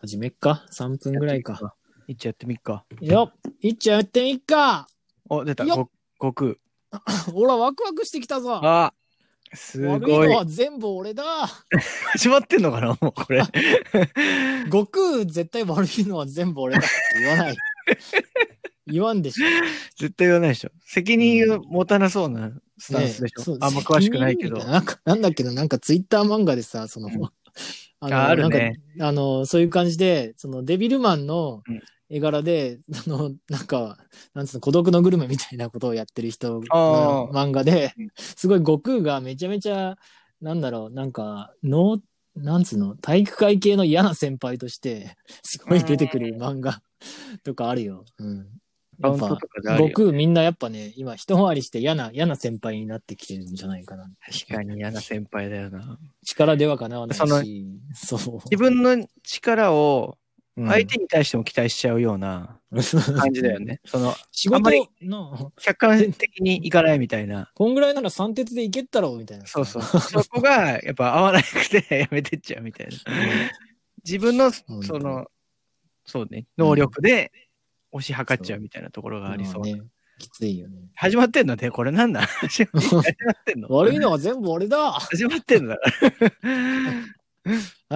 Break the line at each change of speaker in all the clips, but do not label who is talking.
始めっか ?3 分ぐらいか。
一応やってみっか。
よっ一応やってみっか
お、出た。
よっ
ご悟空。
ほら、ワクワクしてきたぞ
あす
悪
ごい。
のは全部俺だ
始まってんのかなも うこれ。
悟空絶対悪いのは全部俺だって言わ ない。言わんでしょ。
絶対言わないでしょ。責任を持たなそうなスタンスで
ね
し
え
ょ
そう。
あんま詳しくないけど。
責任みたなんかなんだっけど、なんかツイッター漫画でさ、その、
うん
あ
ああるね
なんかあの、そういう感じで、そのデビルマンの
うん
絵柄で、その、なんか、なんつうの、孤独のグルメみたいなことをやってる人
あ
の
ー
漫画で、すごい悟空がめちゃめちゃ、なんだろう、なんか、の、なんつうの、体育会系の嫌な先輩として、すごい出てくる漫画とかあるよ。うん。
カ
や
ウ
っ
ン
ぱ
トとかであるよ
悟空みんなやっぱね、今一回りして嫌な、嫌な先輩になってきてるんじゃないかな。
確かに嫌な先輩だよな。
力ではかなわない
その
し、そう。
自分の力を
うん
相手に対しても期待しちゃうような感じだよ。ね。その、
仕
あんまり
事の、
客観的にいかないみたいな。
こんぐらいなら三鉄でいけったろうみたいな。
そ うそう。そこが、やっぱ合わなくてやめてっちゃうみたいな。自分の、そ
うん
の、そうね、能力で押し量っちゃうみたいなところがありそう。
まあね。きついよね。
始まってんので、これなんなん始まってんの
悪いのは全部俺だ
始まってん のだから。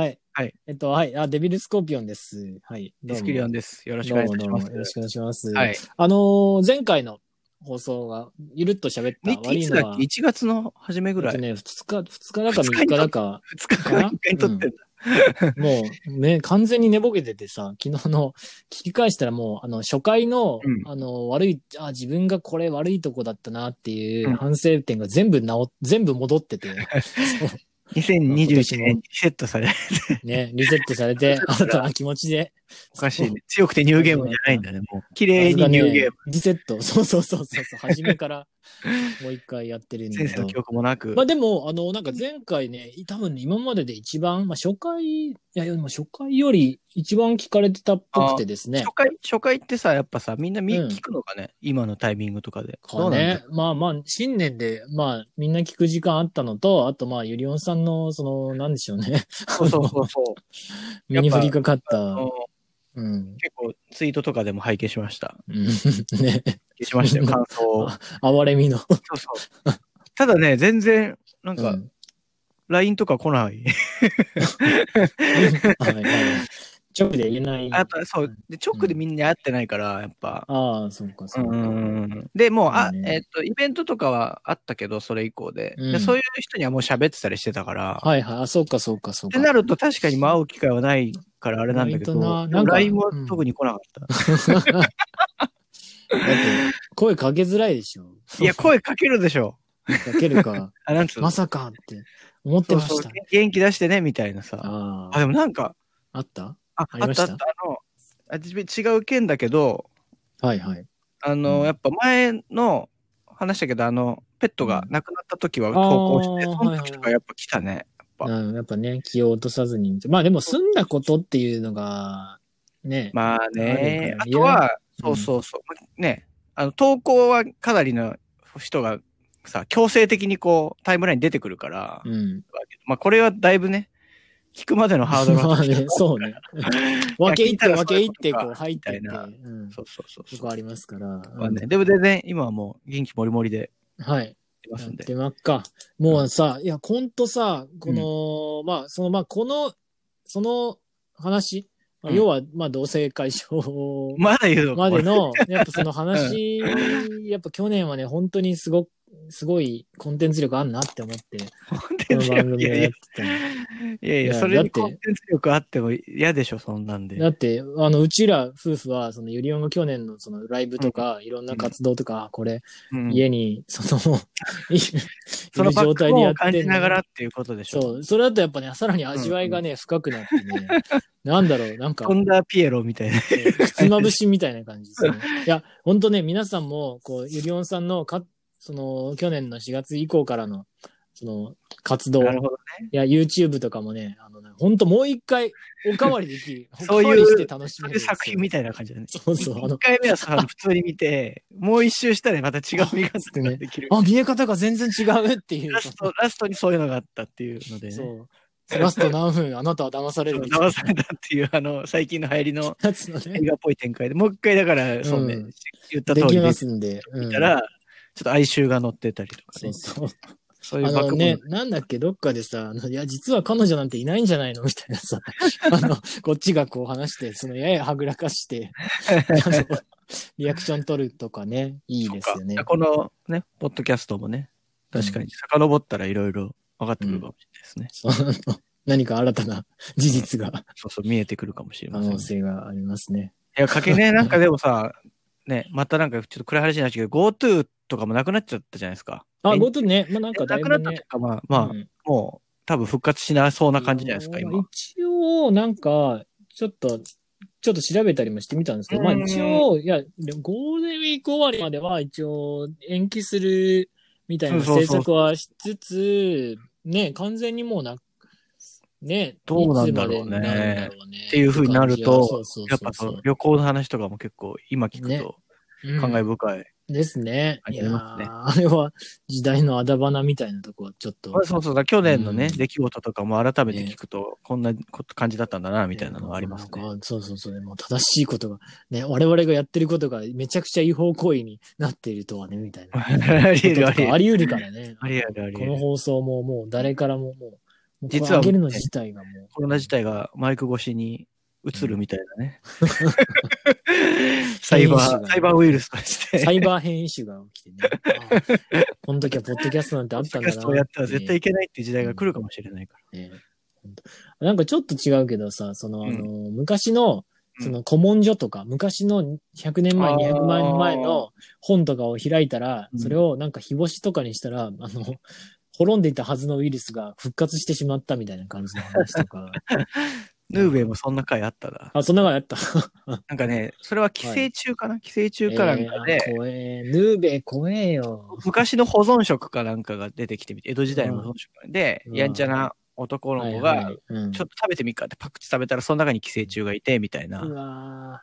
はい。
はい。
えっと、はい。あ、デビルスコーピオンです。はい。
ディスクリオンです。よろし
ど
く
う
お願いい
もどうも
たします。
よろしくお願いします。
はい。
あのー前回の放送が、ゆるっと喋った
い
悪い
つ
の
だっ
は
け、?1 月の初めぐら
え
い
っと。ね、2日、二日だか3日だか、
2日間1回に撮ってんだ。
もうね、完全に寝ぼけててさ、昨日の聞き返したらもう、あの、初回の、
うん
あの、悪い、あ、自分がこれ悪いとこだったなっていううん反省点が全部直、全部戻ってて、
2021年にリセットさ れ、
ね、リセットされて、新たな気持ちで。
おかしいね。強くてニューゲームじゃないんだね、もう。綺麗
さすが
にニ
ね
ューゲーム。
リセット。そうそうそうそうそう。初めから、もう一回やってるんだ
先
け
生の
ど。
記憶もなく
ま。あでも、あの、なんか前回ね、多分ね今までで一番、まあ初回、いや、でも初回より一番聞かれてたっぽくてですね。
初回、初回ってさ、やっぱさ、みんなみ
うん
聞くのかね今のタイミングとかで。
かね。まあまあ、新年で、まあ、みんな聞く時間あったのと、あとまあ、ゆりおんさんの、その、なんでしょう ね。
そうそうそうそう。
身に降りかかっ
あ
た。
の
うん。
結構ツイートとかでも拝見しま した。
うんね。
拝見しましたよ、感想を。
あ哀れみの。
そうそう。ただね、全然、なん
う
か、
ん
LINE とか来ない。
はいはい直で言えない。
やっぱそう、で直でみんな会ってないから、やっぱ。
ああ、そうか、
う
そ
ん
う
う
か。
んうんで、もう、あ、
そうね
えっと、イベントとかはあったけど、それ以降で。
うん
でそういう人にはもう喋ってたりしてたから。
はいはい。あ、そうか、そうか、そう
って
か。
なると、確かにもう会う機会はないから、あれなんだけど、
割とな
で
なん
も
か
LINE も特に来なかっ
だって声かけづらいでしょ。
た。いや、声かけるでしょ。
かける か、
あ、なんつうの
まさかって思って
そう
ま
そ
し
う
た。
元気出してね、みたいなさ。
あ
あ、
あ、
でもなんか、
あった
あ、
あ
あ
りま
っ
した
たあった、あの、あ自分違う件だけど、
はいはい。
あの、
うん
やっぱ前の話だけど、あの、ペットが亡くなった時は投稿して、
あー
その時とかやっぱ来たね。ぱ
うん、やっぱね、気を落とさずに。まあでも、済んだことっていうのが、ね。
まあね、
あ
あ
るよ
と
ね
は、
う
そ
ん
うそうそう、ね、あの、投稿はかなりの人がさ、強制的にこう、タイムラインに出てくるから、
うん。
まあこれはだいぶね、聞くまでのハード ル
ま
は
あね、そう ね。 分け入って、分け入って、こう、入ってって、
みたいな
うん。
そうそうそう
と
そう。
こありますから。
まあね、でも全然今はもう元気もりもりでやっ
うんはい。
てます
やっ
んで。
てまっか。もうさ、いや、ほんとさ、この、まあ、その、まあ、この、その話、
うん
要は、まあ、同性解消
まだ言 うの
まで
こ
の、やっぱその話、やっぱ去年はね、本当にすごく、すごいコンテンツ力あんなって思って、こ
れ
の番組
い
を
やい
や
や
ってたの
いやい
い
や、
や
それに
だ
コ
っ
ン
て
テンツ力あっても嫌でしょ、そんなんで。
だって、あの、うちら夫婦は、その、ゆりおんが去年のそのライブとか、いろんな活動とか、あこれ、
うん
家に、 その、い
その
いる
バ
状
ック
態
ボ
で
ーン
やっ
を感
て
じ
ん
なが
の
らっていうことでしょ。
そう、それだとやっぱね、さらに味わいがね、深くなって ね、なんだろう、なんか
飛、んだピエロみたいな。
ひつまぶしみたいな感じですね。いや、ほんとね、皆さんも、こう、ゆりおんさんのか、その、去年の4月以降からの、その、活動、い
なるほど。
や、YouTube とかもね、あのね、ほんともう一回、おかわりできる。
そうい
おか
う
わりして楽し
そう
め
いう
る。
作品みたいな感じだね。
そうそう、あの
一、回目はさ、普通に見て、もう一周したらまた違う見方ができる。
あ、見え方が全然違うっていう
ラ。スト、ラストにそういうのがあったっていうのでね。
そう。そラスト何分、あなたは騙されるみたいな
騙されたっていう、あの、最近の流行りの
やつのね
映、画っぽい展開で、もう一回だから、そうね、
うん
言った
で
通り
き
で
ま
見
すんで。うん
たら、ちょっと哀愁が乗ってたりとか
そ
ね
う。そう。
そうい
あ
うバッ
の
クボー
ね
ン、
なんだっけ、どっかでさ、あのいや、実は彼女なんていないんじゃないのみたいな さ、あの、こっちがこう話して、そのややはぐらか して、あのリアクション取るとかね、いいですよね
そうか。このね、ポッドキャストもね、確かに遡ったらいろいろ分かってくるかもしれないです ね。
その何か新たな事実が、
そうそう、見えてくるかもしれ
可
ませんね。
能性がありますね。
いや、かけね、なんかでもさ、 ね、またなんかちょっと暗い話になっちゃうけど、GoTo とかもなくなっちゃったじゃないですか。
あ、
え
GoTo ね、まあなんかだ
ないくな
ぶ
ったと
ね
いう。か、まあ、まあ、
うん
もう多分復活しなそうな感じじゃないですか、
うん
今。
一応、なんか、ちょっと、ちょっと調べたりもしてみたんですけど、まあ
うん
一応、いや、でもゴールデンウィーク終わりまでは一応延期するみたいな
そうそうそう
政策はしつつ、ね、完全にもうな、ね、
どうなんだろ
いつまで
うね
になるんだろうね
っていう風になると
そうそう
やっ
そ
ぱ
う
そ
そう
の旅行の話とかも結構今聞く
ね
と
うん
感慨深い。
ですね。いやー
あ
あ
り
れは時代のあだ花みたいなとこはちょっと
まあ、そうそうだ、去年のね、
うん
出来事とかも改めて
ね
聞くと、こんなこと感じだったんだな、みたいなのはありますね。
なんかそうそうそう、ね。もう正しいことが、ね、我々がやってることがめちゃくちゃ違法行為になっているとはね、みたいな。
ありえるありえ
あ
る。
り得るからね。
ありえるあり
こ
え
の
る。
放送ももう誰からももう、もうこれ
実は
上げるの自体がもう。
コロナ自体がマイク越しに映るみたいな ね。サイバー、サイバーウイルスと して。
サイバー変異種が起きてね。ああこの時はポッドキャストなんてあ
ポ
っ
ッ
た
ド
ん
キャ
だな
ストをやったら絶対いけないっていう時代が来るかもしれないから。
ねほんとなんかちょっと違うけどさ、その、
うん
あの、昔の、
うん
その古文書とか、昔の100年前、
あー
200万前の本とかを開いたら
う、ん
それをなんか日干しとかにしたら、あの、滅んでいたはずのウイルスが復活してしまったみたいな感じの話とか。
ヌーベイもそんな回あったな。
あ、そんなのやった。
なんかね、それは寄生虫かな寄生虫かなんかで、
えー怖え、ヌーベ怖えよ。
昔の保存食かなんかが出てきてみて、江戸時代の保存食で、
うん
やんちゃな男の子
はい
が
は、いうん
ちょっと食べてみっかってパクチー食べたらその中に寄生虫がいてみたいな。
うわ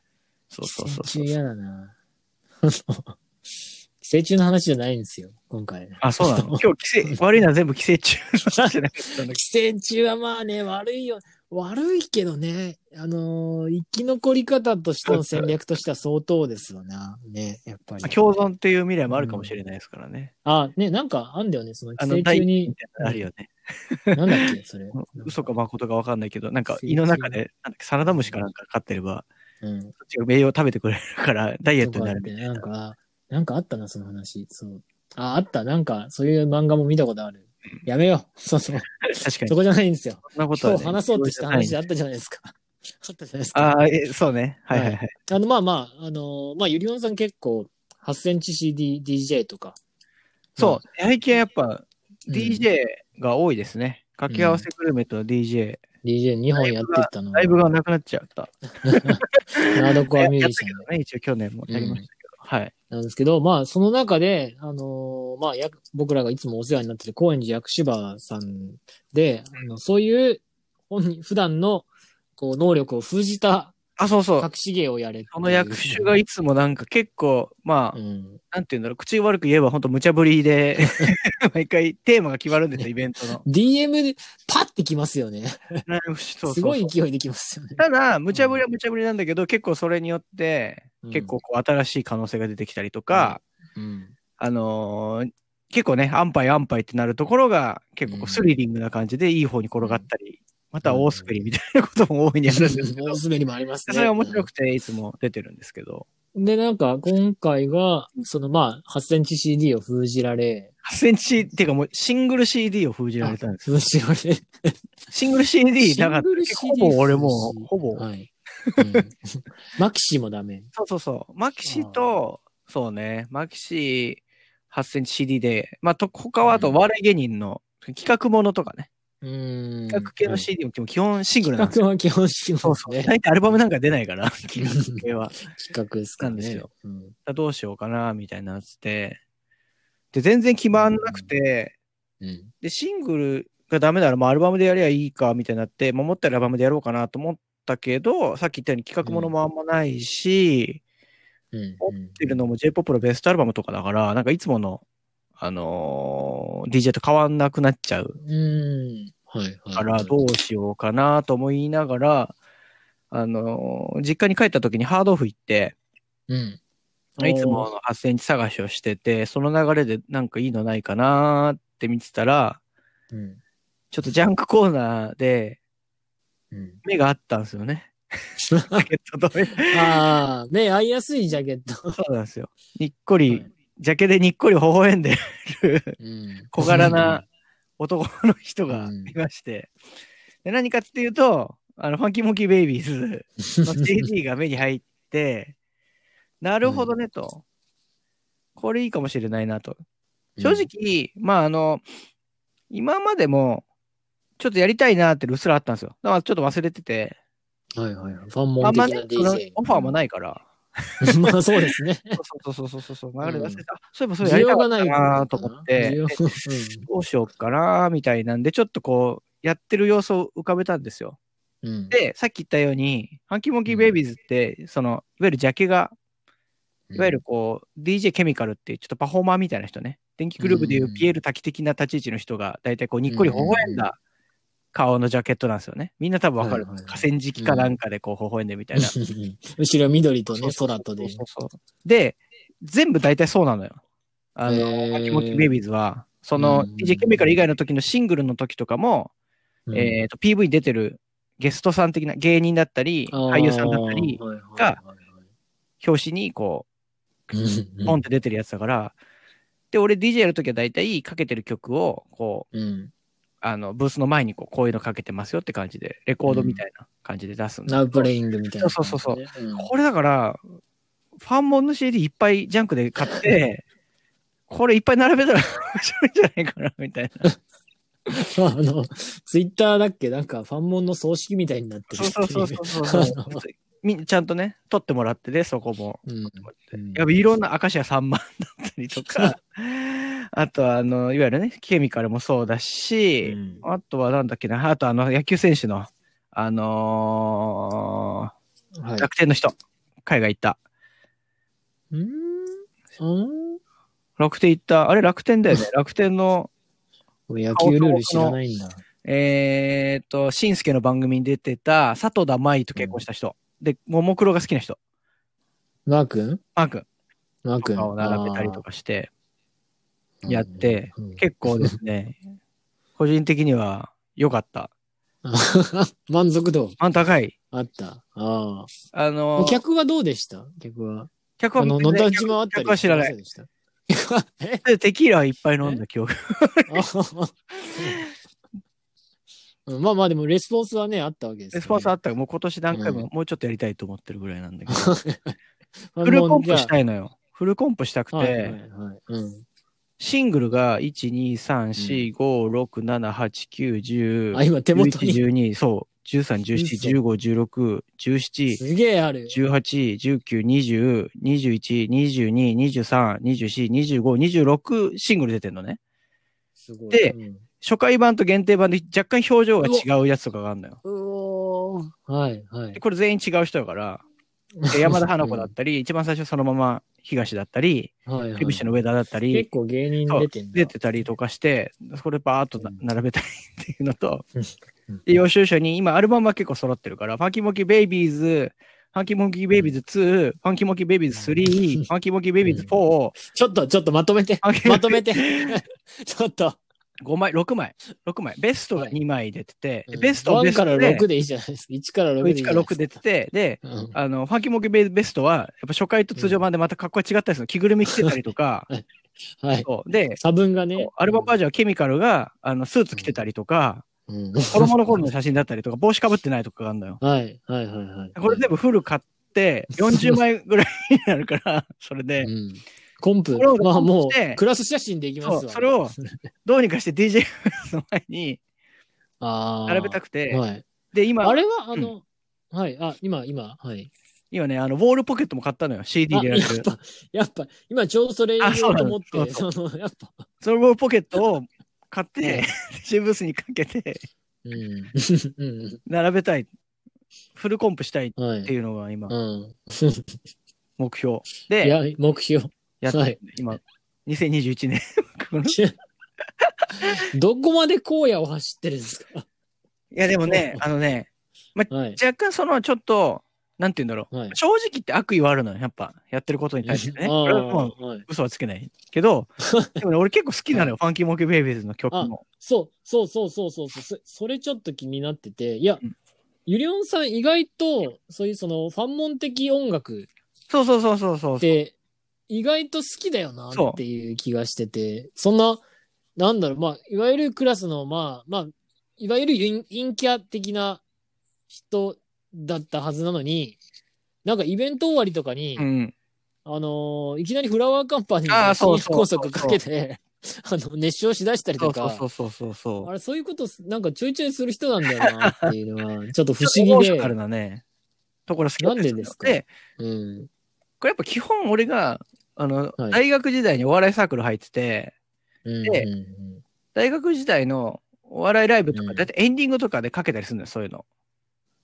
そう
ー
そうそ
寄
うそ
生虫
う。
嫌だな。寄生虫の話じゃないんですよ、今回。
あ、そうなの今日寄生、悪いのは全部寄生 虫の話じゃなかったんだけ
寄生虫はまあね、悪いよ。悪いけどね、あのー生き残り方としての戦略としては相当ですよな。ね、やっぱり
ど。。共存っていう未来もあるかもしれないですからね。
あ、ね、なんかあんだよね、その
あ
寄
の、
生
大
虫
み
に、
たいなのあるよね。
なんだっけ、 それ。
嘘か誠かわかんないけど、なんか
寄生虫
胃の中で、なんだっけサラダ虫かなんか飼ってれば、
うん。
そっちが栄養食べてくれるからダイエットになるみたい
なんか、なんかあったな、その話。そう。あ、あった。なんか、そういう漫画も見たことある。やめよう。そうそう。
な。確かに
そ。こじゃないんですよ。
そんなことは
今
ね。
日話そうとした話
あ
あったじゃないですか。あったじゃないですか。
あー、えそうね。はいはいはい。
あの、まあまあ、あのーまあ、ゆりおんさん結構、8センチ CD、DJ とか。
そう
ま。
最近やっぱ
うん
DJ が多いですね。掛け合わせグルメと DJ。
あ。DJ2 本やってったのは
ライブがなくなっちゃった。
ナードコアミュージシャン
やったけどね、一応去年もやりましたけど。はい。
なんですけど、まあ、その中で、あのーまあ、や僕らがいつもお世話になってる高円寺薬師場さんで、あのそういう、本人、普段の、こう、能力を封じた
あ、そうそう
隠。し芸をやれっていう。
あの役種がいつもなんか結構、まあ、
うん。
なんていうんだろう、口悪く言えば本当無茶ぶ りで、毎回テーマが決まるんですよ、イベントの
DM で、パッてきますよね。
なんか。そうそう
すごい勢いできますよね。
ただ、無茶ぶりは無茶ぶりなんだけど、結構それによって
うん、
結構こう新しい可能性が出てきたりとか、
うん。
あのー結構ね、安牌安牌ってなるところが、結構こうスリリングな感じでいい方に転がったり、または大滑りみたいなことも多いにあるんですけど
大、滑りもありますね。
それが面白くて、いつも出てるんですけど、
で、なんか、今回が、そのまあ、8センチ CD を封じられ、
8センチっていうかもうシングル CD を封じられたんですよ。
封じられ、
シングル CD なか
シ
っ
ン
た
グル。
ほ
CD
ぼ俺も
封
う、
じ
ほぼ。
はい。うん、マキシーもダメ。
そうそうそう。マキシと、そうね、マキシ8センチ CD で、まあ、と、他はあ
う
と、
ん
笑い芸人の企画ものとかね、
うーん。
企画系の CD も基本基本シングルなんです
企
よ。
画は基本シング
そ
ル
う
で
そ
す
う。
ね。
大体アルバムなんか出ない から、企画系は。
企画ですからね。
なんですよ
うん。
どうしようかな、みたいなやつで。で、全然決まんなくて、
うん。
で、シングルがダメなら、まあ、アルバムでやりゃいいか、みたいになって、守ったらアルバムでやろうかなと思ったけど、さっき言ったように企画ものもあんまないし、
うん。
持ってるのも J-POP のベストアルバムとかだから、なんかいつもの、あのー DJ と変わんなくなっちゃう
うん。はいはいはい。
からどうしようかなと思いながら、あの、実家に帰った時にハードオフ行って、
うん。
いつもあの8センチ探しをしてて、その流れでなんかいいのないかなって見てたら、
うん。
ちょっとジャンクコーナーで
うん。
目があったんです よね。ジャケットと目。
ああ、目合いやすいジャケット。
そうなんですよ。にっこり、ジャケでにっこり微笑んでる
うん
小柄な。男の人が
うん
いまして。で何かっていうと、あの、ファンキーモンキーベイビーズの CD が目に入って、なるほどねと。これいいかもしれないなと。正直、まああの、今までも、ちょっとやりたいなってうっすらあったんですよ。だからちょっと忘れてて、
うん。はいはいはい。ファンモン
あん
的
ま
な
ね、その
DJ。
オファーも
い。
ないから。
まあそうですね。
そうそうそうそうそうそう、流れ
うん
出せた。あそういえばそれや
需
りた
要が
かっ
な
た
い
なと思って、
需要
でどうしようかなみたいなんで、ちょっとこう、やってる様子を浮かべたんですよ。
うん。うん、
で、さっき言ったように、ハンキーモンキーベイビーズって、その、いわゆるジャケが、いわゆるこう、DJ ケミカルっていうちょっとパフォーマーみたいな人ね、電気グループでいううんピエール滝的な立ち位置の人が、大体こう、にっこり微笑んだ顔のジャケットなんですよね。みんな多分わかる。
はいはいはい
河川敷かなんかでこう、微笑んでみたいな。
後ろ緑とね、
そう
空とで。
そうそうそうで、全部大体そうなのよ。あの、
へー
マキモキベイビーズは、その
うん
DJ ケミカル以外の時のシングルの時とかも、
うん
えっと、PV に出てるゲストさん的な芸人だったり、俳優さんだったり、、が表紙にこう、ポンって出てるやつだから、で、俺 DJ やる時は大体かけてる曲を、こう、
うん。
あの、ブースの前にこう、こういうのかけてますよって感じで、レコードみたいな感じで出すんだけど
ナウプレイングみたいな。
そうそうそう
う。
これだから、ファンモンの CD いっぱいジャンクで買 って、これいっぱい並べたら 面白いんじゃないかな、みたいな。
あの、ツイッターだっけなんかファンモンの葬式みたいになってる
そ
っ
う
てい
そうそうそうそうそう。 みんちゃんとね、撮ってもらってね、そこも。
うん。うん
やっぱいろんな明石家さんま だったり とか、あとはあの、いわゆるね、ケミカルもそうだし、
うん
あとはなんだっけな、あとあの、野球選手の、あの
は
ー
い。
楽天の人、海外行った。
うーんうん
楽天行った、あれ楽天 だよね、楽天の、
俺野球ルール知らないんだ。
えー、と、しんすけの番組に出てた佐藤田舞と結婚した人。で、ももクロが好きな人。
マー君
マー君
マー
と
君。
かを並べたりとかして、
あー
やって、
うんうん
結構ですね、個人的には良かった。
満足度
あ高い。
あった。あ
あ
あ。
の
お、客はどうでした客は。
客
あ
は
の、
別に
のた
ね
ち回った
客
り
は知らない。
してませんでした。え
テキーラはいっぱい飲んだ記憶。
あうん まあまあでもレスポンスはね、あったわけです、ね。
レスポンスあ
っ
ったから、もう今年何回ももうちょっとやりたいと思ってるぐらいなんだけど。
た
フルコンプしたたいのよ。フルコンプしたくて、
はいはいはい。うん。
シングルが1、2、3、4、5、6、7、8、9、10
あ、、今手元に。
11 12そう、13、17、15、16、17、
すげえある。
18、19、20、21、22、23、24、25、26シングル出てんのね。
すごい。
で
うん
初回版と限定版で若干表情が違うやつとかがあるのよ。
うおーはいは
で
い。
これ全員違う人だから、 で山田花子だったり、一番最初そのまま東だったり、
はいはい
ピブシの上田だったり
結、構芸人出てんだ。
出てたりとかして、それバーっとな
うん
並べたりっていうのと
うん、
で、要収書に今アルバムは結構揃ってるから、ファンキーモンキーベイビーズ、ファンキーモンキーベイビーズ2、ファンキーモンキーベイビーズ
う
3、
ん
ファンキーモンキーベイビーズ4、
ちょっと、ちょっとまとめ て。
ファンキーモン
ま
キ
と
ー
めて。 ちょっと。
5枚、6枚、6枚。ベストが2枚出てて、でベストはベ
1
スト
から
で、
6でいいじゃないですか。1から6でいい
1
じ
か
ゃない
6出てて、で、
ですか。うん
あの、ファンキーモンキーベイベストは、やっぱ初回と通常版でまた格好が違ったりするの。着ぐるみ着てたりとか、
はい。
そうで、
差分がね。
アルバムバージョンはケミカルが、あの、スーツ着てたりとか、
うん
子供の頃の写真だったりとか、帽子かぶってないとかがあるのよ。
はいはいはいはい。
これ全部フル買って、40枚ぐらいになるから、 それで、
うんコンプ
これをコン、プ
まあも
して
う、クラス写真でいきますわ、
そうそ れをどうにかして DJ の前に並
並
べたく
て
て、
はい。
で、今
あ、れは、あの、はい、あ、今、今、はい。
今ね、あの、ウォールポケットも買ったのよ、CD
あ
でやる
や。っぱ、やっぱ、今ちょうどそれ言おうと思っ
あ
て、
そ
その、やっぱ、
そのウォールポケットを買っ
う
て
ん、
シーブースにかけて、
うん。 う
並べたい。フルコンプしたいっ
ん。はい。
ていうのが今、
うん。
目標。
い
で、
や、目標。
やっ
はい
て、今、2021年。この
どこまで荒野を走ってるんですか
いや、でもね、あのね、
はい。
若干そのちょっと、なんて言うんだろう。
はい
正直言って悪意はあるのよ、やっぱ。やってることに対してね。
あ
これは
あ
もう
はい
嘘はつけない。けど、でもね、俺結構好きなのよ、ファンキーモンキーベイビーズの曲も。
そうそうそうそうそうそうそ。それちょっと気になってて。いや
うん、
ゆりおんさん意外と、そういうそのファンモン的音楽
そうそうそうそうそう
っ
そう。
て、意外と好きだよな
そう
っていう気がしてて、そんな、なんだろう、まあ、いわゆるクラスの、まあ、まあ、いわゆる陰陰キャ的な人だったはずなのに、なんかイベント終わりとかに、
うん。
あのーいきなりフラワーカンパニー
あ
が
ーそう
新
そう
高
そう
速かけて、あの、熱唱しだしたり
そ
と
うそ
か、
うそうそうそうそう。
あれ、そういうことす、なんかちょいちょいする人なんだよなっていうのは、ちょっと不
ちょ
思
っ
議
とエモーシ
で
ョナ。ルなね。ところ好き
なんでですか
で、
うん。
これやっぱ基本俺が、あの、
はい
大学時代にお笑いサークル入ってて、
うん
で
うん
大学時代のお笑いライブとか、だいたいエンディングとかでかけたりするのよ、そういうの。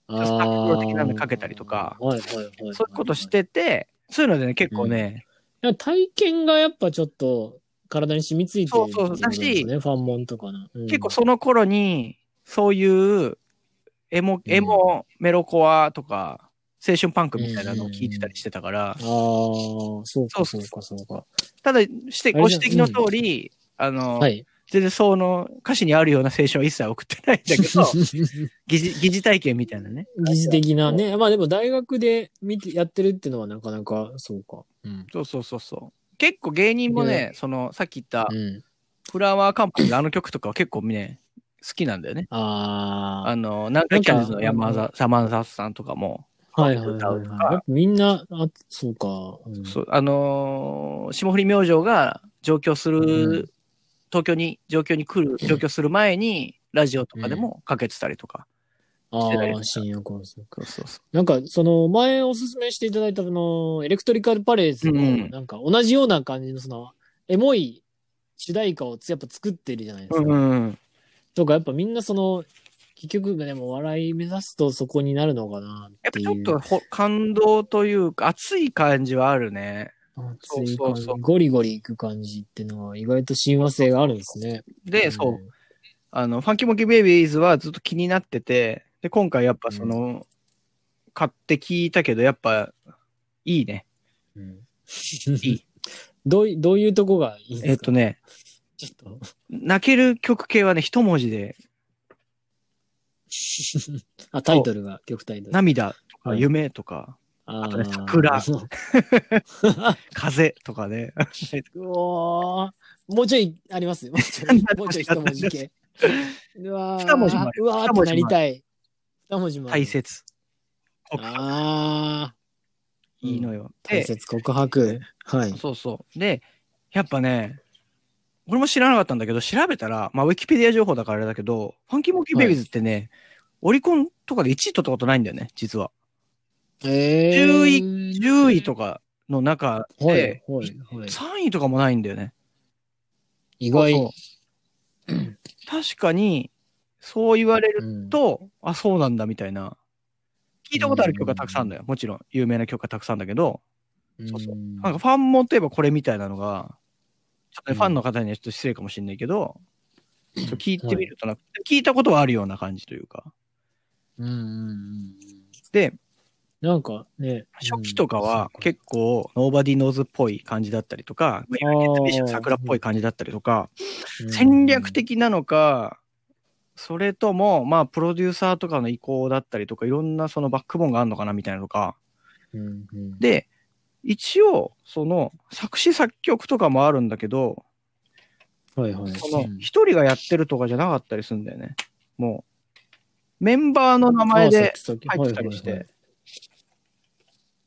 うん、
スタッフロー的なの
あー
かけたりとか
はいはいはいはい。
そういうことしてて、そういうのでね、結構ね、
いや体験がやっぱちょっと体に染みついてるってい
そうそ
こ
う
とですよね、ファンモンとかの。うん
結構その頃に、そういうエモ、エモ、メロコアとか、青春パンクみたいなのを聞いてたりしてたから、
ああ、そうか
そ
そううかそうか。
ただ、してご指摘の通り、あの、
はい。
全然その歌詞にあるような青春は一切送ってないんだけ ど、疑似疑似体験みたいなね。
疑似的なね。まあでも大学で見てやってるっていうのはなかなかそうか。うん。
そうそうそうそう。結構芸人もね、そのさっき言った
うん、
フラワーカンパニーのあの曲とかは結構ね、好きなんだよね。あ
あ
の、南海キャンディーズの山
な
田山田さんとかも、
あ、はいはいはい、
歌うとか
はい。みんな、あそうか。うん
そうあのー霜降り明星が上京する、
うん
東京に、上京に来る、上京する前に、ラジオとかでもかけてたりとか。
あ
してないですか
あ、深夜高速。
そうそうそ
なんか、その、前おすすめしていただいた、その、エレクトリカルパレーズ
うんう
の、
ん
なんか、同じような感じの、その、エモい主題歌をつやっぱ作ってるじゃないです
う。
か。
うんうん。
とか、やっぱみんなその、結局、でも笑い目指すとそこになるのかなっ
やってぱ
い
ち
う。
ょっとほ感動というか、熱い感じはあるね。
熱い感
そうそう
じ
そう
ゴリゴリいく感じってのは意外と親和性があるんですね。
で、
ん
そう、。あの、ファンキーモンキーベイビーズはずっと気になってて、で、今回やっぱその、買って聞いたけど、やっぱ、いいね。
うん
いい
どういどういうとこがいいんで
えっ
すか
とね、
ちょっと。
泣ける曲系はね、一文字で、
あ、タイトルが、曲タイトル。
涙とか
はい
夢とか、
あ
あとね
ー
桜風とかね。
うおーもうちょいあり ますもうちょい、もうちょい一文字系。うわー
二文字もある
うわーっ
二
て
文字
な
も
り
あ
たい。二文字もある
大。切。告白
あー
いいのよ。
大切告白。はい
で、。そうそう。で、やっぱね、俺も知らなかったんだけど、調べたら、まあ、ウィキペディア情報だからあれだけど、ファンキーモンキーベイビーズってね、オリコンとかで1位取ったことないんだよね、実は。
え
10位、
ー
10位とかの中
はい
で、、
はい、はい。
3位とかもないんだよね。
意外。
そうそう確かに、そう言われる
うん
と、あ、そうなんだみたいな。聞いたことある曲がたくさんだよ。もちろん、有名な曲がたくさんだけど、そうそう
うん
なんかファンモンといえばこれみたいなのが、ちょっとね
うん
ファンの方にはちょっと失礼かもしれないけど、ちょっと聞いてみるとなんか、聞いたことはあるような感じというか。
うんうんうん
で、
なんかね。
初期とかは結構、ノーバディノーズっぽい感じだったりとか、まあいわゆ
あー
るゲットビッシュの桜っぽい感じだったりとか、
うん
戦略的なのか、それとも、まあ、プロデューサーとかの意向だったりとか、いろんなそのバックボーンがあるのかなみたいなのか。
うんうん
で、一応、その、作詞作曲とかもあるんだけど、
はいはい。
その
う、ん
一人がやってるとかじゃなかったりするんだよね。もう、メンバーの名前で、
入
入ってたりして。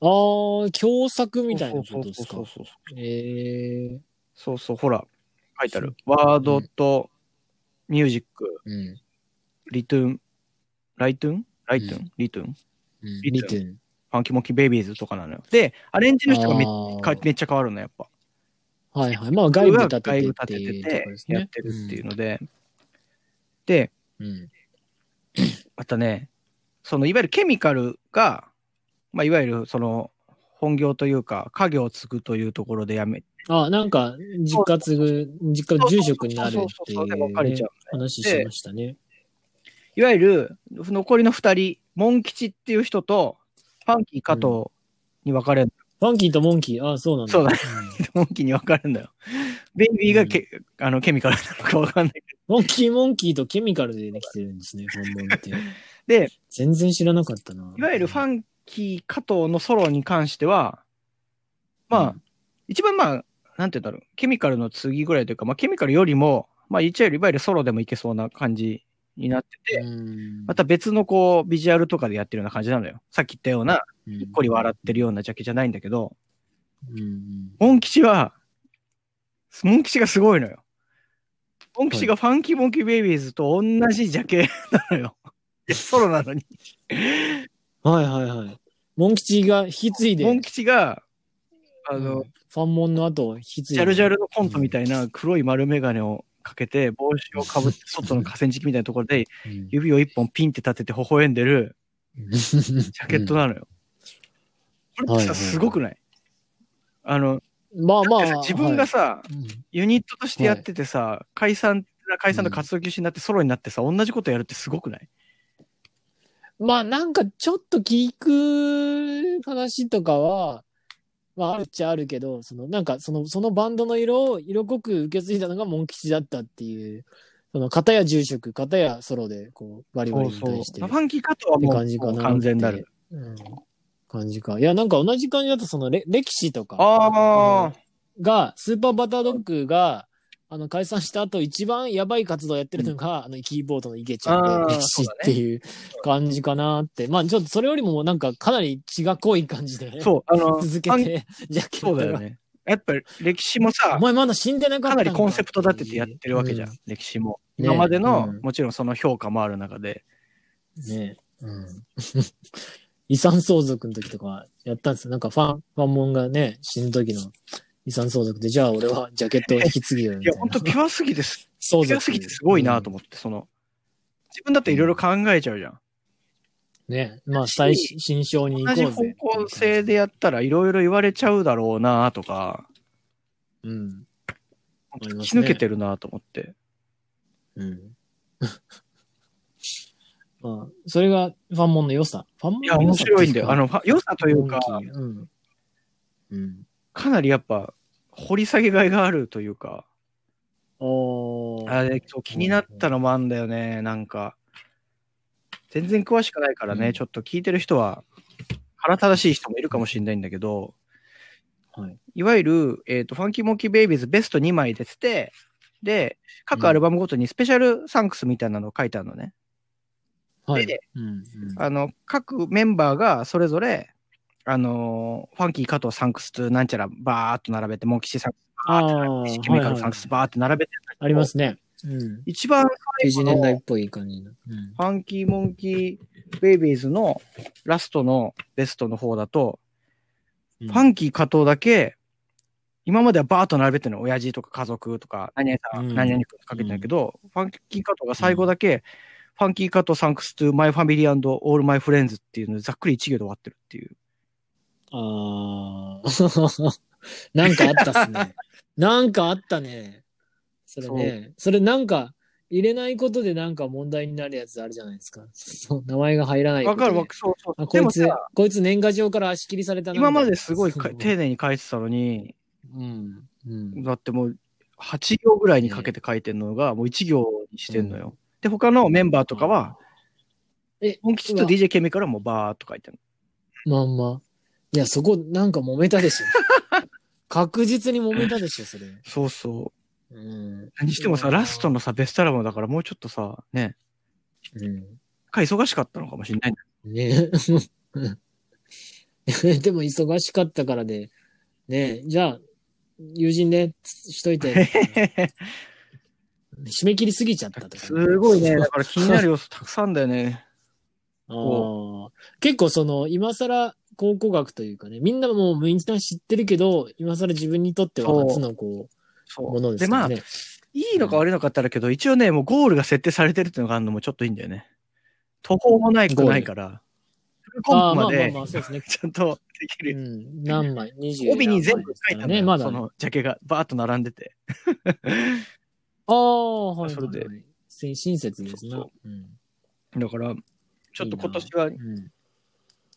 ああ、共作みたいなことですか
そう。そうそうそう
ええ
そうそう、ほら、書いてある。ワードと、ミュージック、
うん。
リトゥーン、ライトゥーンライトゥーンリトゥーン
うん
リ
リ
ト
ト
ゥ
ゥン。
ファンキーモンキーベイビーズとかなのよ。で、アレンジの人がめっ
あ
か
ー
めっちゃ変わるのやっぱ。
はいはい。まあ外部立て
外
て
部
っていう
立て
とこ
て
ろです
て
ね。
やってるっていうので、で、
うん。
またね、そのいわゆるケミカルが、まあ、いわゆるその本業というか、家業を継ぐというところでやめ、
あ、なんか、実家継ぐ、実家住職になるってい
そうそうそうそうで
う
別れち
ね
ゃう
話しましたね。
いわゆる、残りの二人、モン吉っていう人と、ファンキー加藤に分かれる、
ファンキーとモンキー、あ、そうなんだ。
そうだ
ん
モンキーに分かれるんだよ。ベイビーがけ、あの、ケミカルなのか分かんないけ
モンキー、モンキーとケミカルでできてるんですね、本物 って。
ど。で、
全然知らなかったな。
いわゆるファ
ン、
ンキー加藤のソロに関しては、まあ、一番まあ、なんて言うんだろう、ケミカルの次ぐらいというか、まあ、ケミカルよりも、まあ、一応いわゆるソロでもいけそうな感じになってて、
うん、
また別のこう、ビジュアルとかでやってるような感じなのよ。さっき言ったような、
うん、
にっこり笑ってるようなジャケじゃないんだけど、
うん。
モン吉は、モン吉がすごいのよ。モン吉がファンキーモンキーベイビーズと同じジャケなのよ。 ソロなのに。
はいはいはい。モン吉が引き継いで、
モン吉が、あの、
うんファンモンの後を引き継い
ジ
で。
ャルジャルのコントみたいな黒い丸眼鏡をかけて、帽子をかぶって、外の河川敷みたいなところで、
うん。
指を一本ピンって立てて微笑んでるジャケットなのよ。これって
はいは
さ、
い
すごくないあの、
うんまあま
だってさ
あ。
自分が
は
さ、
い、うん
ユニットとしてやっててさ、解散、解散の活動休止になってソロになってさ、同じことやるってすごくない
まあなんかちょっと聞く話とかは、まああるっちゃあるけど、そのなんかそのそのバンドの色を色濃く受け継いだのがモン吉だったっていう、その片や住職、片やソロでこうバリバリに対して
ファンキーカットはも
って感じ
う
かな
もう完全なる。
うん、感じか。いやなんか同じ感じだとそのレ歴史とか
ああ、
が、スーパーバタードッグが、あの解散した後一番やばい活動やってるのが、あのキーボードのイケちゃんで
あー
歴史っていう感じかなって、まあちょっとそれよりもなんかかなり血が濃い感じで
そう、あの、
続け
ファン
てジャケット
そうだよ
が、
ね。やっぱり歴史も
お
さ、
前まだ死んでなかっ
か
た
なんりコンセプト立ててやってるわけじゃん、
う
歴史も。
ね
今までの、
うん
もちろんその評価もある中で。
ねえ、うん、 遺産相続の時とかやったんですよなんかファンファンモンがね死ぬ時の遺産相続でじゃあ俺はジャケットを引き継ぎよみ
い
た
や、
い
ほん
な
とピュアすぎてす、
相
ピュア
続
すぎてすごいなと思って、その、自分だっていろいろ考えちゃうじゃん。
ねまあ最新章に行
同
こ
じ
うぜ
方向性でやったらいろいろ言われちゃうだろうなとか、
うん思い
突
ま
き
すね
抜けてるなと思って。
うん。 まあ、それがファンモンの良さ。ファンモン
い
の
や、面白いんだよ。あ
の、
の、ファ良さというか、
モンキーうん。うん。
かなりやっぱ、掘り下げがいがあるというか、
おー
あれ、そう気になったのもあんだよね、なんか。全然詳しくないからね、
うん
ちょっと聞いてる人は、腹正しい人もいるかもしれないんだけど、
はい。
いわゆる、えっ、と、ファンキーモンキーベイビーズベスト2枚出てて、で、各アルバムごとにスペシャルサンクスみたいなのを書いてあるのね。
はい。
で
うんうん、
あの、各メンバーがそれぞれ、あのーファンキー加藤サンクスとなんちゃらバーっと並べて、モンキシサンクスバー
あ
って並べて
ー
ケ
は
ミカ
い
ル
はい
サンクスバーって並べて、
ありますね。うん。
一番
90
最後
年
の
代っ
フ
ぽい感じの。うん。
ァンキーモンキーベイビーズのラストのベストの方だと、ファンキー加藤だけ、今まではバーっと並べてるの、親父とか家族とか、何々さん、
うん
何々君とかけてるけど、ファンキー加藤が最後だけ、ファンキー加藤サンクス to my family and all my friends っていうのでざっくり一行で終わってるっていう。
あー。 なんかあったっすね。なんかあったね。それね。それなんか、入れないことでなんか問題になるやつあるじゃないですか。そう名前が入らないこ
わ
と
かる
で
わかる。そうそう
あこ
で
い
も
つ
さ、
こいつ年賀状から足切りされたな
今まですご
み
いか
たな
丁寧に書いてたのに、
うん。うん。
だってもう8行ぐらいにかけて書いてるのが、もう1行にしてんのよ。で、他のメンバーとかは、
え、
本吉と DJ ケミからもバーっと書いてる
まんま。いや、そこなんか揉めたでしょ。確実に揉めたでしょ、それ。
の。そうそう。
うん。
にしてもさ、ラストのさ、ベストアルバムだからもうちょっとさ、ね、
うん。
か忙しかったのかもしれない。
ね でも忙しかったからで、ねじゃあ、友人でしといて、 締め切りすぎちゃったとか。
すごいね。だから気になる要素たくさんだよね。
あー結構その、今更考古学というかね、みんなもうみんな知ってるけど、今更自分にとっては初のこう、
そ
もの
う。
で
です
か
ま
ら
あ、
ね。
いいのか悪いのかってあるけど、一応ね、もうゴールが設定されてるっていうのがあるのもちょっといいんだよね。途方もないくないから。コンポま
あーまあまあ
で
まあ、そうですね。
ちゃんとでき
う
る。
ん、何枚 ?20
帯に全部書いた
た
んだ
ね。
よ
まだ
そ
ね、
のジャケがバーッと並んでて。
ああ、はい、
そ
はい
れで
はい。先親切ですね。
そう
うん
だから、ちょっと今年は、
うん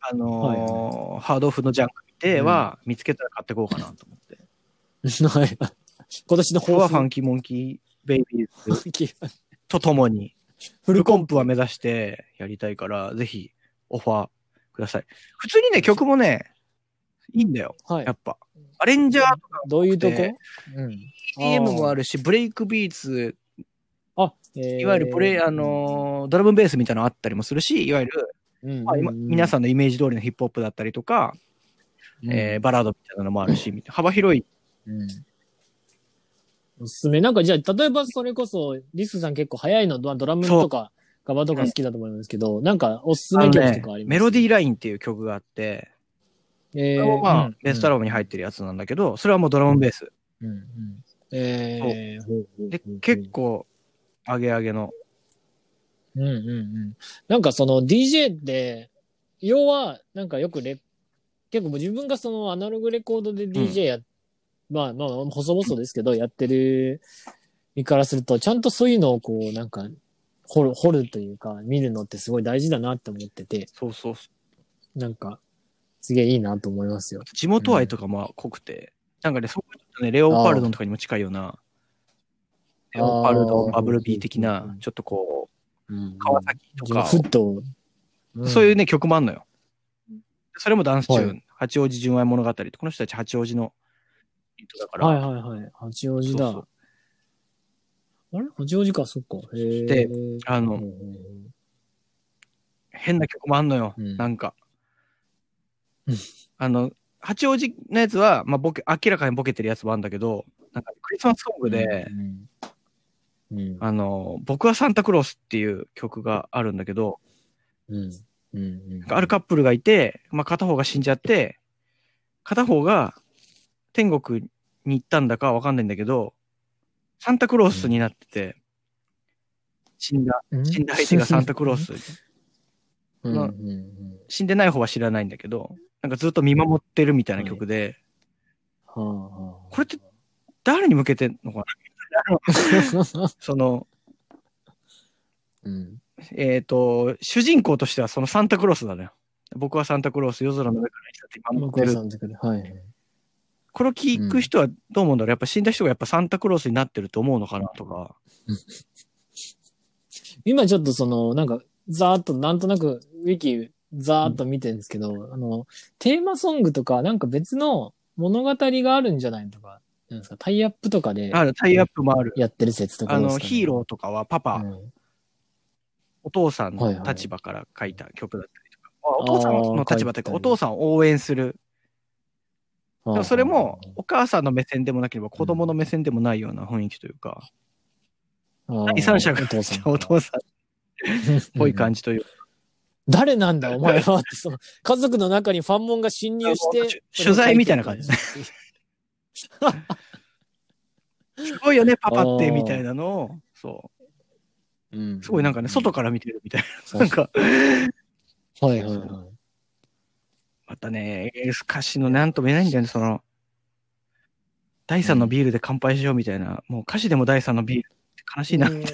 あのーハードオフのジャンク見ては、見つけたら買ってこうかなと思って。
はい今年の
ここ
抱
はフ
負
ァンキーモンキーベイビー ズ
フ
とともに、フ
ル
ル
コ
コ
ン
ンプは目指してやりたいから、ぜひオファーください。普通にね、曲もね、いいんだよ。
プ。はい
や。っぱ。アレンジャーとか
どういうとこ
で EDM もあるし、ブレイクビーツ、
あ、え
いわゆるブレイ、あ、のードラムベースみたいなのあったりもするし、いわゆる、まあ今皆さんのイメージ通りのヒップホップだったりとか、
ん
えーバラードみたいなのもあるし、みたいな幅広い
うんおすすめ。なんかじゃあ、例えばそれこそ、リスクさん結構早いの、ドドラムとか、ガバとか好きだと思うんですけど、なんかおすす
あ
め
の
曲
ね
とかあります
メロディーラインっていう曲があって、
え
これもまあ、ベースドラムに入ってるやつなんだけど、それはもうドラムベース。
ム。うんうんえーほうほう
で
ほうほう、
結構、アゲアゲの。
うんうんうん。なんかその DJ って、要は、なんかよくレ、結構もう自分がそのアナログレコードで DJ や、まあまあ、細々ですけど、やってる身からすると、ちゃんとそういうのをこう、なんか、掘る、掘るというか、見るのってすごい大事だなって思ってて、
そうそうそう。
なんか、すげえいいなと思いますよ。
地元愛とかも濃くて、なんかね、そういうちょっとね、レオパルドンとかにも近いような、レオパルド
あー
ン、バブルビー的
うんうんう、
なんちょっとこ
うん
う、川崎とか、
ふっと、
そういう
ね、
ね、曲もあんのよ。それもダンスチューン、八王子純愛物語って、この人たち八王子の人だから、
はいはいはい。八王子だ。
そうそう
あれ八王子か、そっか。へー
で、あ
うん
の
うん、うん
変な曲もあんのよ、
うん
なんか
うん。
あの、八王子のやつは、まあ、ボケ、明らかにボケてるやつもあるんだけど、なんかクリスマスソングで、
うん、うん
あの、僕はサンタクロースっていう曲があるんだけど、
うんうん
なんかあるカップルがいて、まあ、片方が死んじゃって、片方が天国に行ったんだかわかんないんだけど、サンタクロースになってて、死んだ、
うん
死んだ相手がサンタクロー。ス。
うんうん
死んでない方は知らないんだけど、なんかずっと見守ってるみたいな曲で、
うんは
これって誰に向けてんのかなその、
あうん
えっ、と、主人公としてはそのサンタクロースだね。僕はサンタクロース、夜空の上から来たって今持っ
僕
て
は
る。
さんだけどはい。
これを聞く人はどう思うんだろう、やっぱ死んだ人がやっぱサンタクロースになってると思うのかなとか。
今ちょっとその、なんか、ざーっと、なんとなく、ウィキ、ざーっと見てるんですけど、あの、テーマソングとか、なんか別の物語があるんじゃないのとか、なんですか、タイアップとかで
ある、タイアップもある。
やってる説とか
あの、ヒー
ー
ローとかはパパ、
うん
お父さんの立場から書いた曲だったりとか。まあお父さんの立場というか、
あー
お父さんを応援する。
はあ
でもそれも、お母さんの目線でもなければ、子供の目線でもないような雰囲気というか、
あー
第三者が
お父さん
お父さんっぽい感じというか
誰なんだお前はってその家族の中にファンモンが侵入し
あの
て
取取材みたいな感じ。すごいよね、パパって、みたいなのを、そう。
うん
すごいなんかね、外から見てるみたい
そ
な。
う
なんか、
はいはいはい。
またね、歌詞のなんとも言えないんだよね、その、第三のビールで乾杯しようみたいな、もう歌詞でも第三のビールって悲しいな。
う
めっ
ん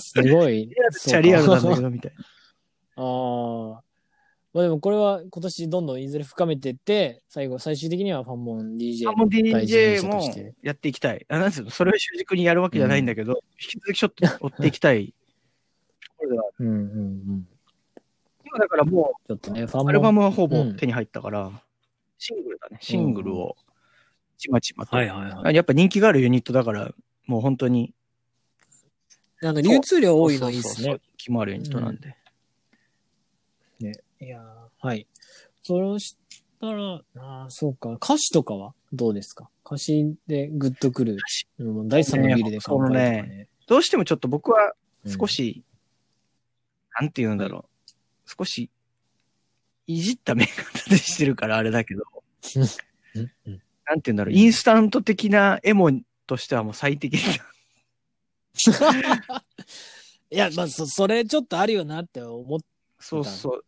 すごい。
ちゃリアルなんだ
あ
けど、みたいな。
あー。まあでもこれは今年どんどんいずれ深めてって、最後、最終的にはファンモン DJ
あ、もう
大事な
DJ
人とし
も
て
やっていきたい。あ、なんつうの、それを主軸にやるわけじゃないんだけど、引き続きちょっと追っていき たい。ところでは
うんうんうん。
今だからも
ちょっとね、ファンモン。
う、アルバムはほ
う
ぼ
ん
手に入ったから、シングルだね。シングルを、ちまちまと
はいはいはい。
あやっぱ人気があるユニットだから、もう本当に。
なんか流通量多いのいいです
そうそうそ
ね
う。。人気もあるユニットなんで。
いやーはい。そうしたら、あーそうか。歌詞とかはどうですか歌詞でグッとくる
歌詞。
うん、第三のビールで乾杯とか
その
ね。
どうしてもちょっと僕は
うん
少、し、なんて言うんだろう。少し、いじった目方でしてるからあれだけど、
うんうん
なんて言うんだろう。インスタント的なエモとしてはもう最適な。
いや、まあ、そ、それちょっとあるよなって思っ
そうそう。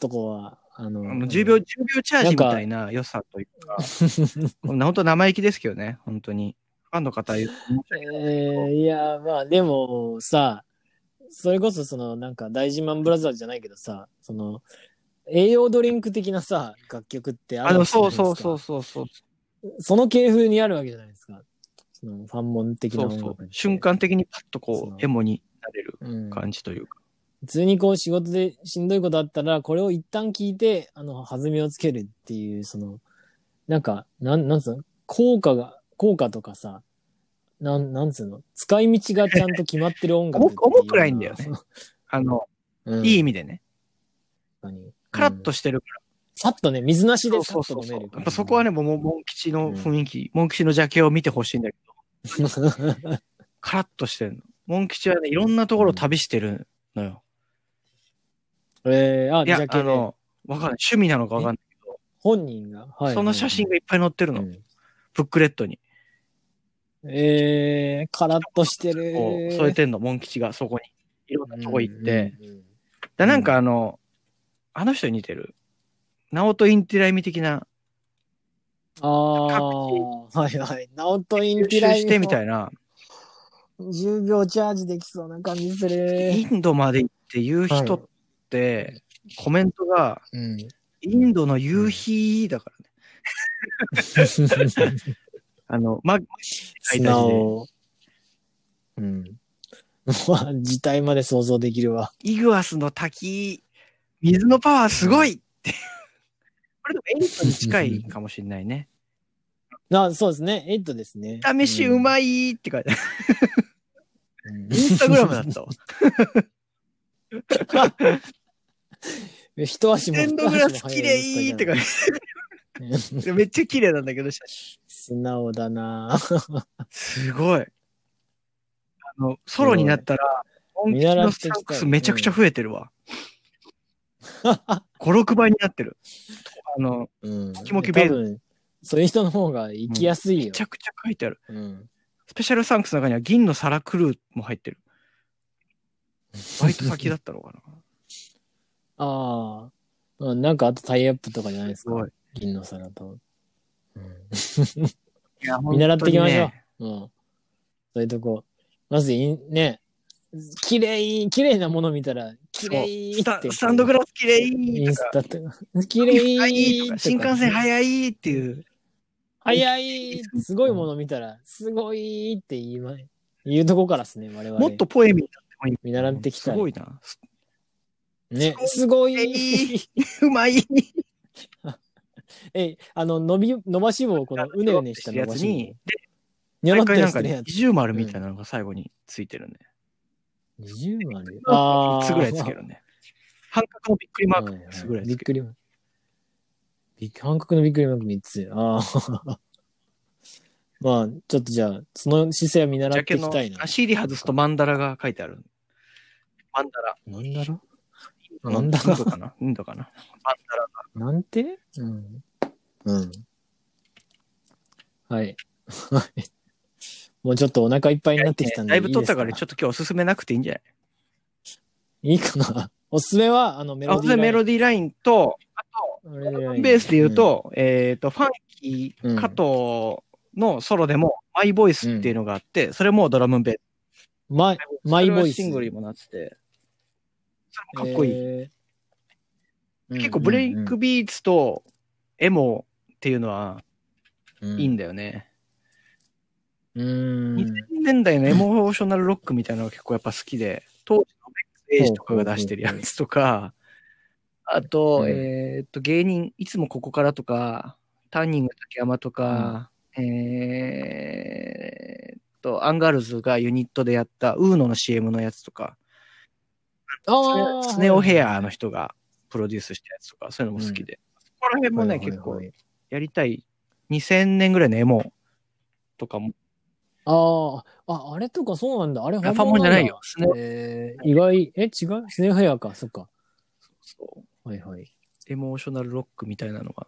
とこは、あの、
あの10秒、10秒チャージみたいな良さというか、本当生意気ですけどね、本当に。ファンの方は言う
えーいや、まあでもさ、それこそそのなんか大事マンブラザーズじゃないけどさ、その栄養ドリンク的なさ、楽曲ってあ
あ
る
の、
わけじゃ
そ
ないうですか
そうそうそうそう。
その系風にあるわけじゃないですか。そのファンモン的な
そ
音
う
楽
そう
って
瞬。間的にパッとこ
そう
う、エモになれる
うん
感じというか。
普通にこう仕事でしんどいことあったら、これを一旦聞いて、あの、弾みをつけるっていう、その、なんか、なん、なんつうの効果が、効果とかさ、なん、なんつうの使い道がちゃんと決まってる音楽っていうのは。
重く重くないんだよねあの、
うん。
いい意味でね。
確かに。
カラッ
う
と
ん
してるか
さっとね、水なし
ら。
でさ
そ
っ
うそ
と
う
飲
そ
め
う
るか
や
ら。
っぱそこはね、もう、もうモン吉の雰囲気、モン吉のジャケを見てほしいんだけど、カラッとしてるの。モン吉はね、いろんなところを旅してるのよ。
えー、あ、
い
じゃ
や
あ、、
あの、わかんない。趣味なのかわかんないけど、
本人が。はい。
その写真がいっぱい載ってるの。
うん
ブックレットに。
えー、カラッとしてる。
こう、添えてんの、モン吉がそこに。いろんなとこ行って。
うんうんうん
だなんかあの、あの人に似てる。ナオト・インティライミ的な、
ああ、はいはい。ナオトイン
吸
ティ
収
ライ
してみた
い
いな、
10秒チャージできそうな感じす
イ
る。
ンドまで行って言う人って、コメントが、
うん。
インドの夕日だから ね。
素
あの、ま、
直。うん。まあ、事態まで想像できるわ。
イグアスの滝、水のパワーすごいって。これでもエイトに近いかもしれないね。
あそうですね。エイトですね。
試しうま
い。
いって書いてある。
うん
インスタグラムだった わ。
一足も
テンドグラス綺麗って書いてある。
て。
で めっちゃ綺麗なんだけど、写真
素直だなぁ
すごい。あの、ソロになったら、音
見
響
習
の
っ
サ
てい
ン
きたい
クスめちゃくちゃ増えてるわ。5、6倍になってる。あの、
うん。
キモキベ
多
ー
分そういう人の方が行きやすい
め
よ
ち。ゃくちゃ書いてある。
うん。
スペシャルサンクスの中には銀のサラクルーも入っ てる。バイト先だったのかな。
ああ。うんなんかあとタイアップとかじゃないです
す
か
ご。い。
銀の皿と。うん。
いや
見習っていきましょう
本当に
う
ね
んそういうとこ。まずい、ね。綺麗、綺麗なもの見たら、綺麗
スタ
って。
スタンドグラス綺
イ
麗
ン
と
ス
か、
タとか。綺
早い
麗
とか新幹線
い。
早いっていう。
早い。すごいもの見たら、すごいって言いま、言うとこからですね、我々。
もっとポエミーになってもいい。
見習ってきたい
すごいな。
ね、すごい。
うまい。
え、あの、伸び、伸ばし棒、このうねうねした伸
や
ば
つ
し棒。
に、
にょろ
毎
っと
回なん
し
か
てる
ね
やつ
二。重丸みたいなのが最後についてるね。
20まで。
あ
ああ。
あ。つぐらいつけるね。半角のびっくりマーク
はいはい
つぐらい
び
つ
っ
け
く
る。
りマークびっ韓国のびっくりマーク3つ。ああ。まあ、ちょっとじゃあ、その姿勢は見
ジ
習っ
ャ
て
ケ
いき
の
たいな。
足入り外すとマンダラが書いてある。マンダラ。
なんだろ
イ
マ
ン
ン
ド
ダラ
かなインド かな。マンダラ。
なんてうん。うん。はい。もうちょっとお腹いっぱいになってきたんで
だいぶ取ったか
い
ら
いです
ちょっと今日おすすめなくていいんじゃない
いいかな。おすすめは、あの、メ
あ
ロ
おす
ディ
すめ
ーライン。
メロディーラインと、
メ
ベースで言う、と、えっと、ファンキ
う
ー
ん
加藤のソロでも、マイボイスっていうのがあって、それもドラムベース。
うんマイ、マイボイス。
シングルにもなってて。それもかっこいい。
えー
結構ブレイクビーツとエモっていうのは
うんうんうん
いいんだよね。
うん。
2000年代のエモーショナルロックみたいなのが結構やっぱ好きで、当時のベックスエイジとかが出してるやつとか、あと、
うん
えーっと、芸人、いつもここからとか、ターニング竹山とか、えーっと、アンガールズがユニットでやったウーノの CM のやつとか、
ああ。
スネオヘアの人がプロデュースしたやつとか、そういうのも好きで。そこら辺も
はいは
ね、
いはい
結構やりたい2000年ぐらいのエモとかも。
ああ、あ、あれとかそうなんだ。あれ
ファンモンじゃないよ。。スネ
本物なんだえー、意外、え、違うスネアヘアか、そっか。
そう
はいはい。
エモーショナルロックみたいなのが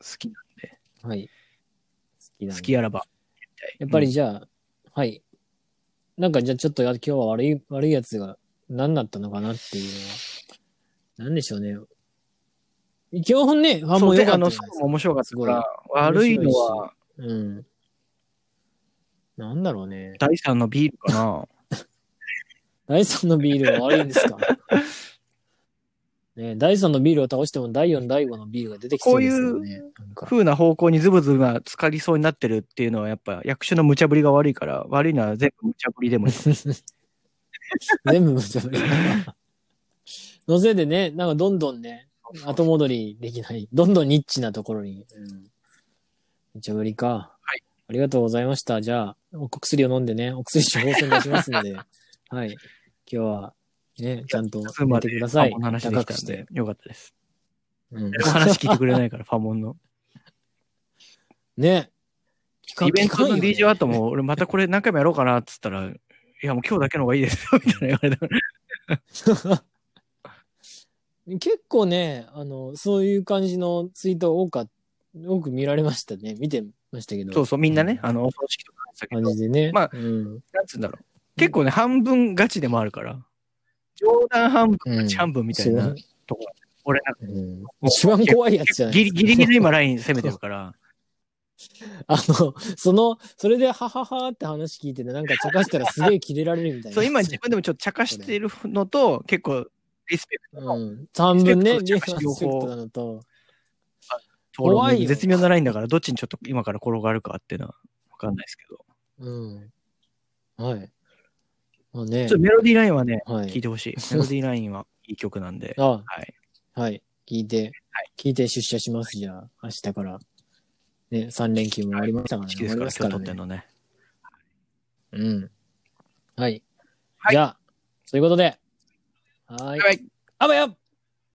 好きなんで、
はい。好きだ、ね。
好きやらばやりたい。
やっぱり
うん
じゃあ、はい。なんかじゃあちょっとや今日は悪い、悪いやつが何だったのかなっていうのは。なんでしょうね。基本ね、ファン
そ
も
う
良
で、
か
あ
った
の、
じ
そ
ゃないう
も面白かったか
す
ら、悪いのは
うん。なんだろうね。
第三のビールかな。
第3のビールは悪いんですかね第3のビールを倒しても第4、第5のビールが出てきそうですけどね。なんか
風な方向にズブズブが浸かりそうになってるっていうのは、やっぱ役所の無茶ぶりが悪いから、悪いのは全部無茶ぶりでもいい。
全部無茶ぶり。 のせいでね、なんかどんどんね、後戻りできない、どんどんニッチなところに。うん、無茶ぶりか。
はい。
ありがとうございました。じゃあ、お薬を飲んでね、お薬処方箋出しますの で、はい。今日は、ね、ちゃんと
スー
寝
ま
て
で
くだ
フ
さ
ァ
い。
モンの話で
高
き
く
た
し
んで
て。、
よかったです。
うん、
お話聞いてくれないから、ファモン の。
ね。
イベントの DJ
は
後も、俺またこれ何回もやろうかなっつったら、いやもう今日だけの方がいいですよ、みたいな言われたから。
結構ね、あの、そういう感じのツイート多かっ多く見られましたね。見てましたけど。
そうそう、みんなね、
う
あの、お葬式とかあったけど
感、じでね。
まあ
うん。
なんつうんだろう。結構ね、半分ガチでもあるから。冗談半分、
うん
ガチ半分みたい
そ
な
う
とこ。俺なんか
うん一番怖いやつじゃない
ギリギリギリ今ライン攻めてるから。
あの、その、それで、はははって話聞いてて、なんか茶化したらすげえキレられるみたいな。
そう、今自分でもちょっと茶化してるのと、結構、リスペクト
う
の
ん。三分ね、
リ
リ
ス
ス
ペ
ペ
クト
ク
と茶化し
トなのと。
討論
怖いよ
絶妙なラインだから、どっちにちょっと今から転がるかっていうのはわかんないですけど。
うん。はい。まあね
ちょっと。メロディーラインはね、
は
聞い
い。
てほしい。メロディーラインはいい曲なんで。
あ、
はい。
はい。聞いて、聞いて出社します。じゃあ、明日から。ね、3連休も終わりましたからね。
好き
終
で
わ
す
り
か
ま
ら、
すから
今日撮ってん
ね。
のね。
うん。はい。
はい
じゃあ、そういうことで。はーい。
はい
あばよ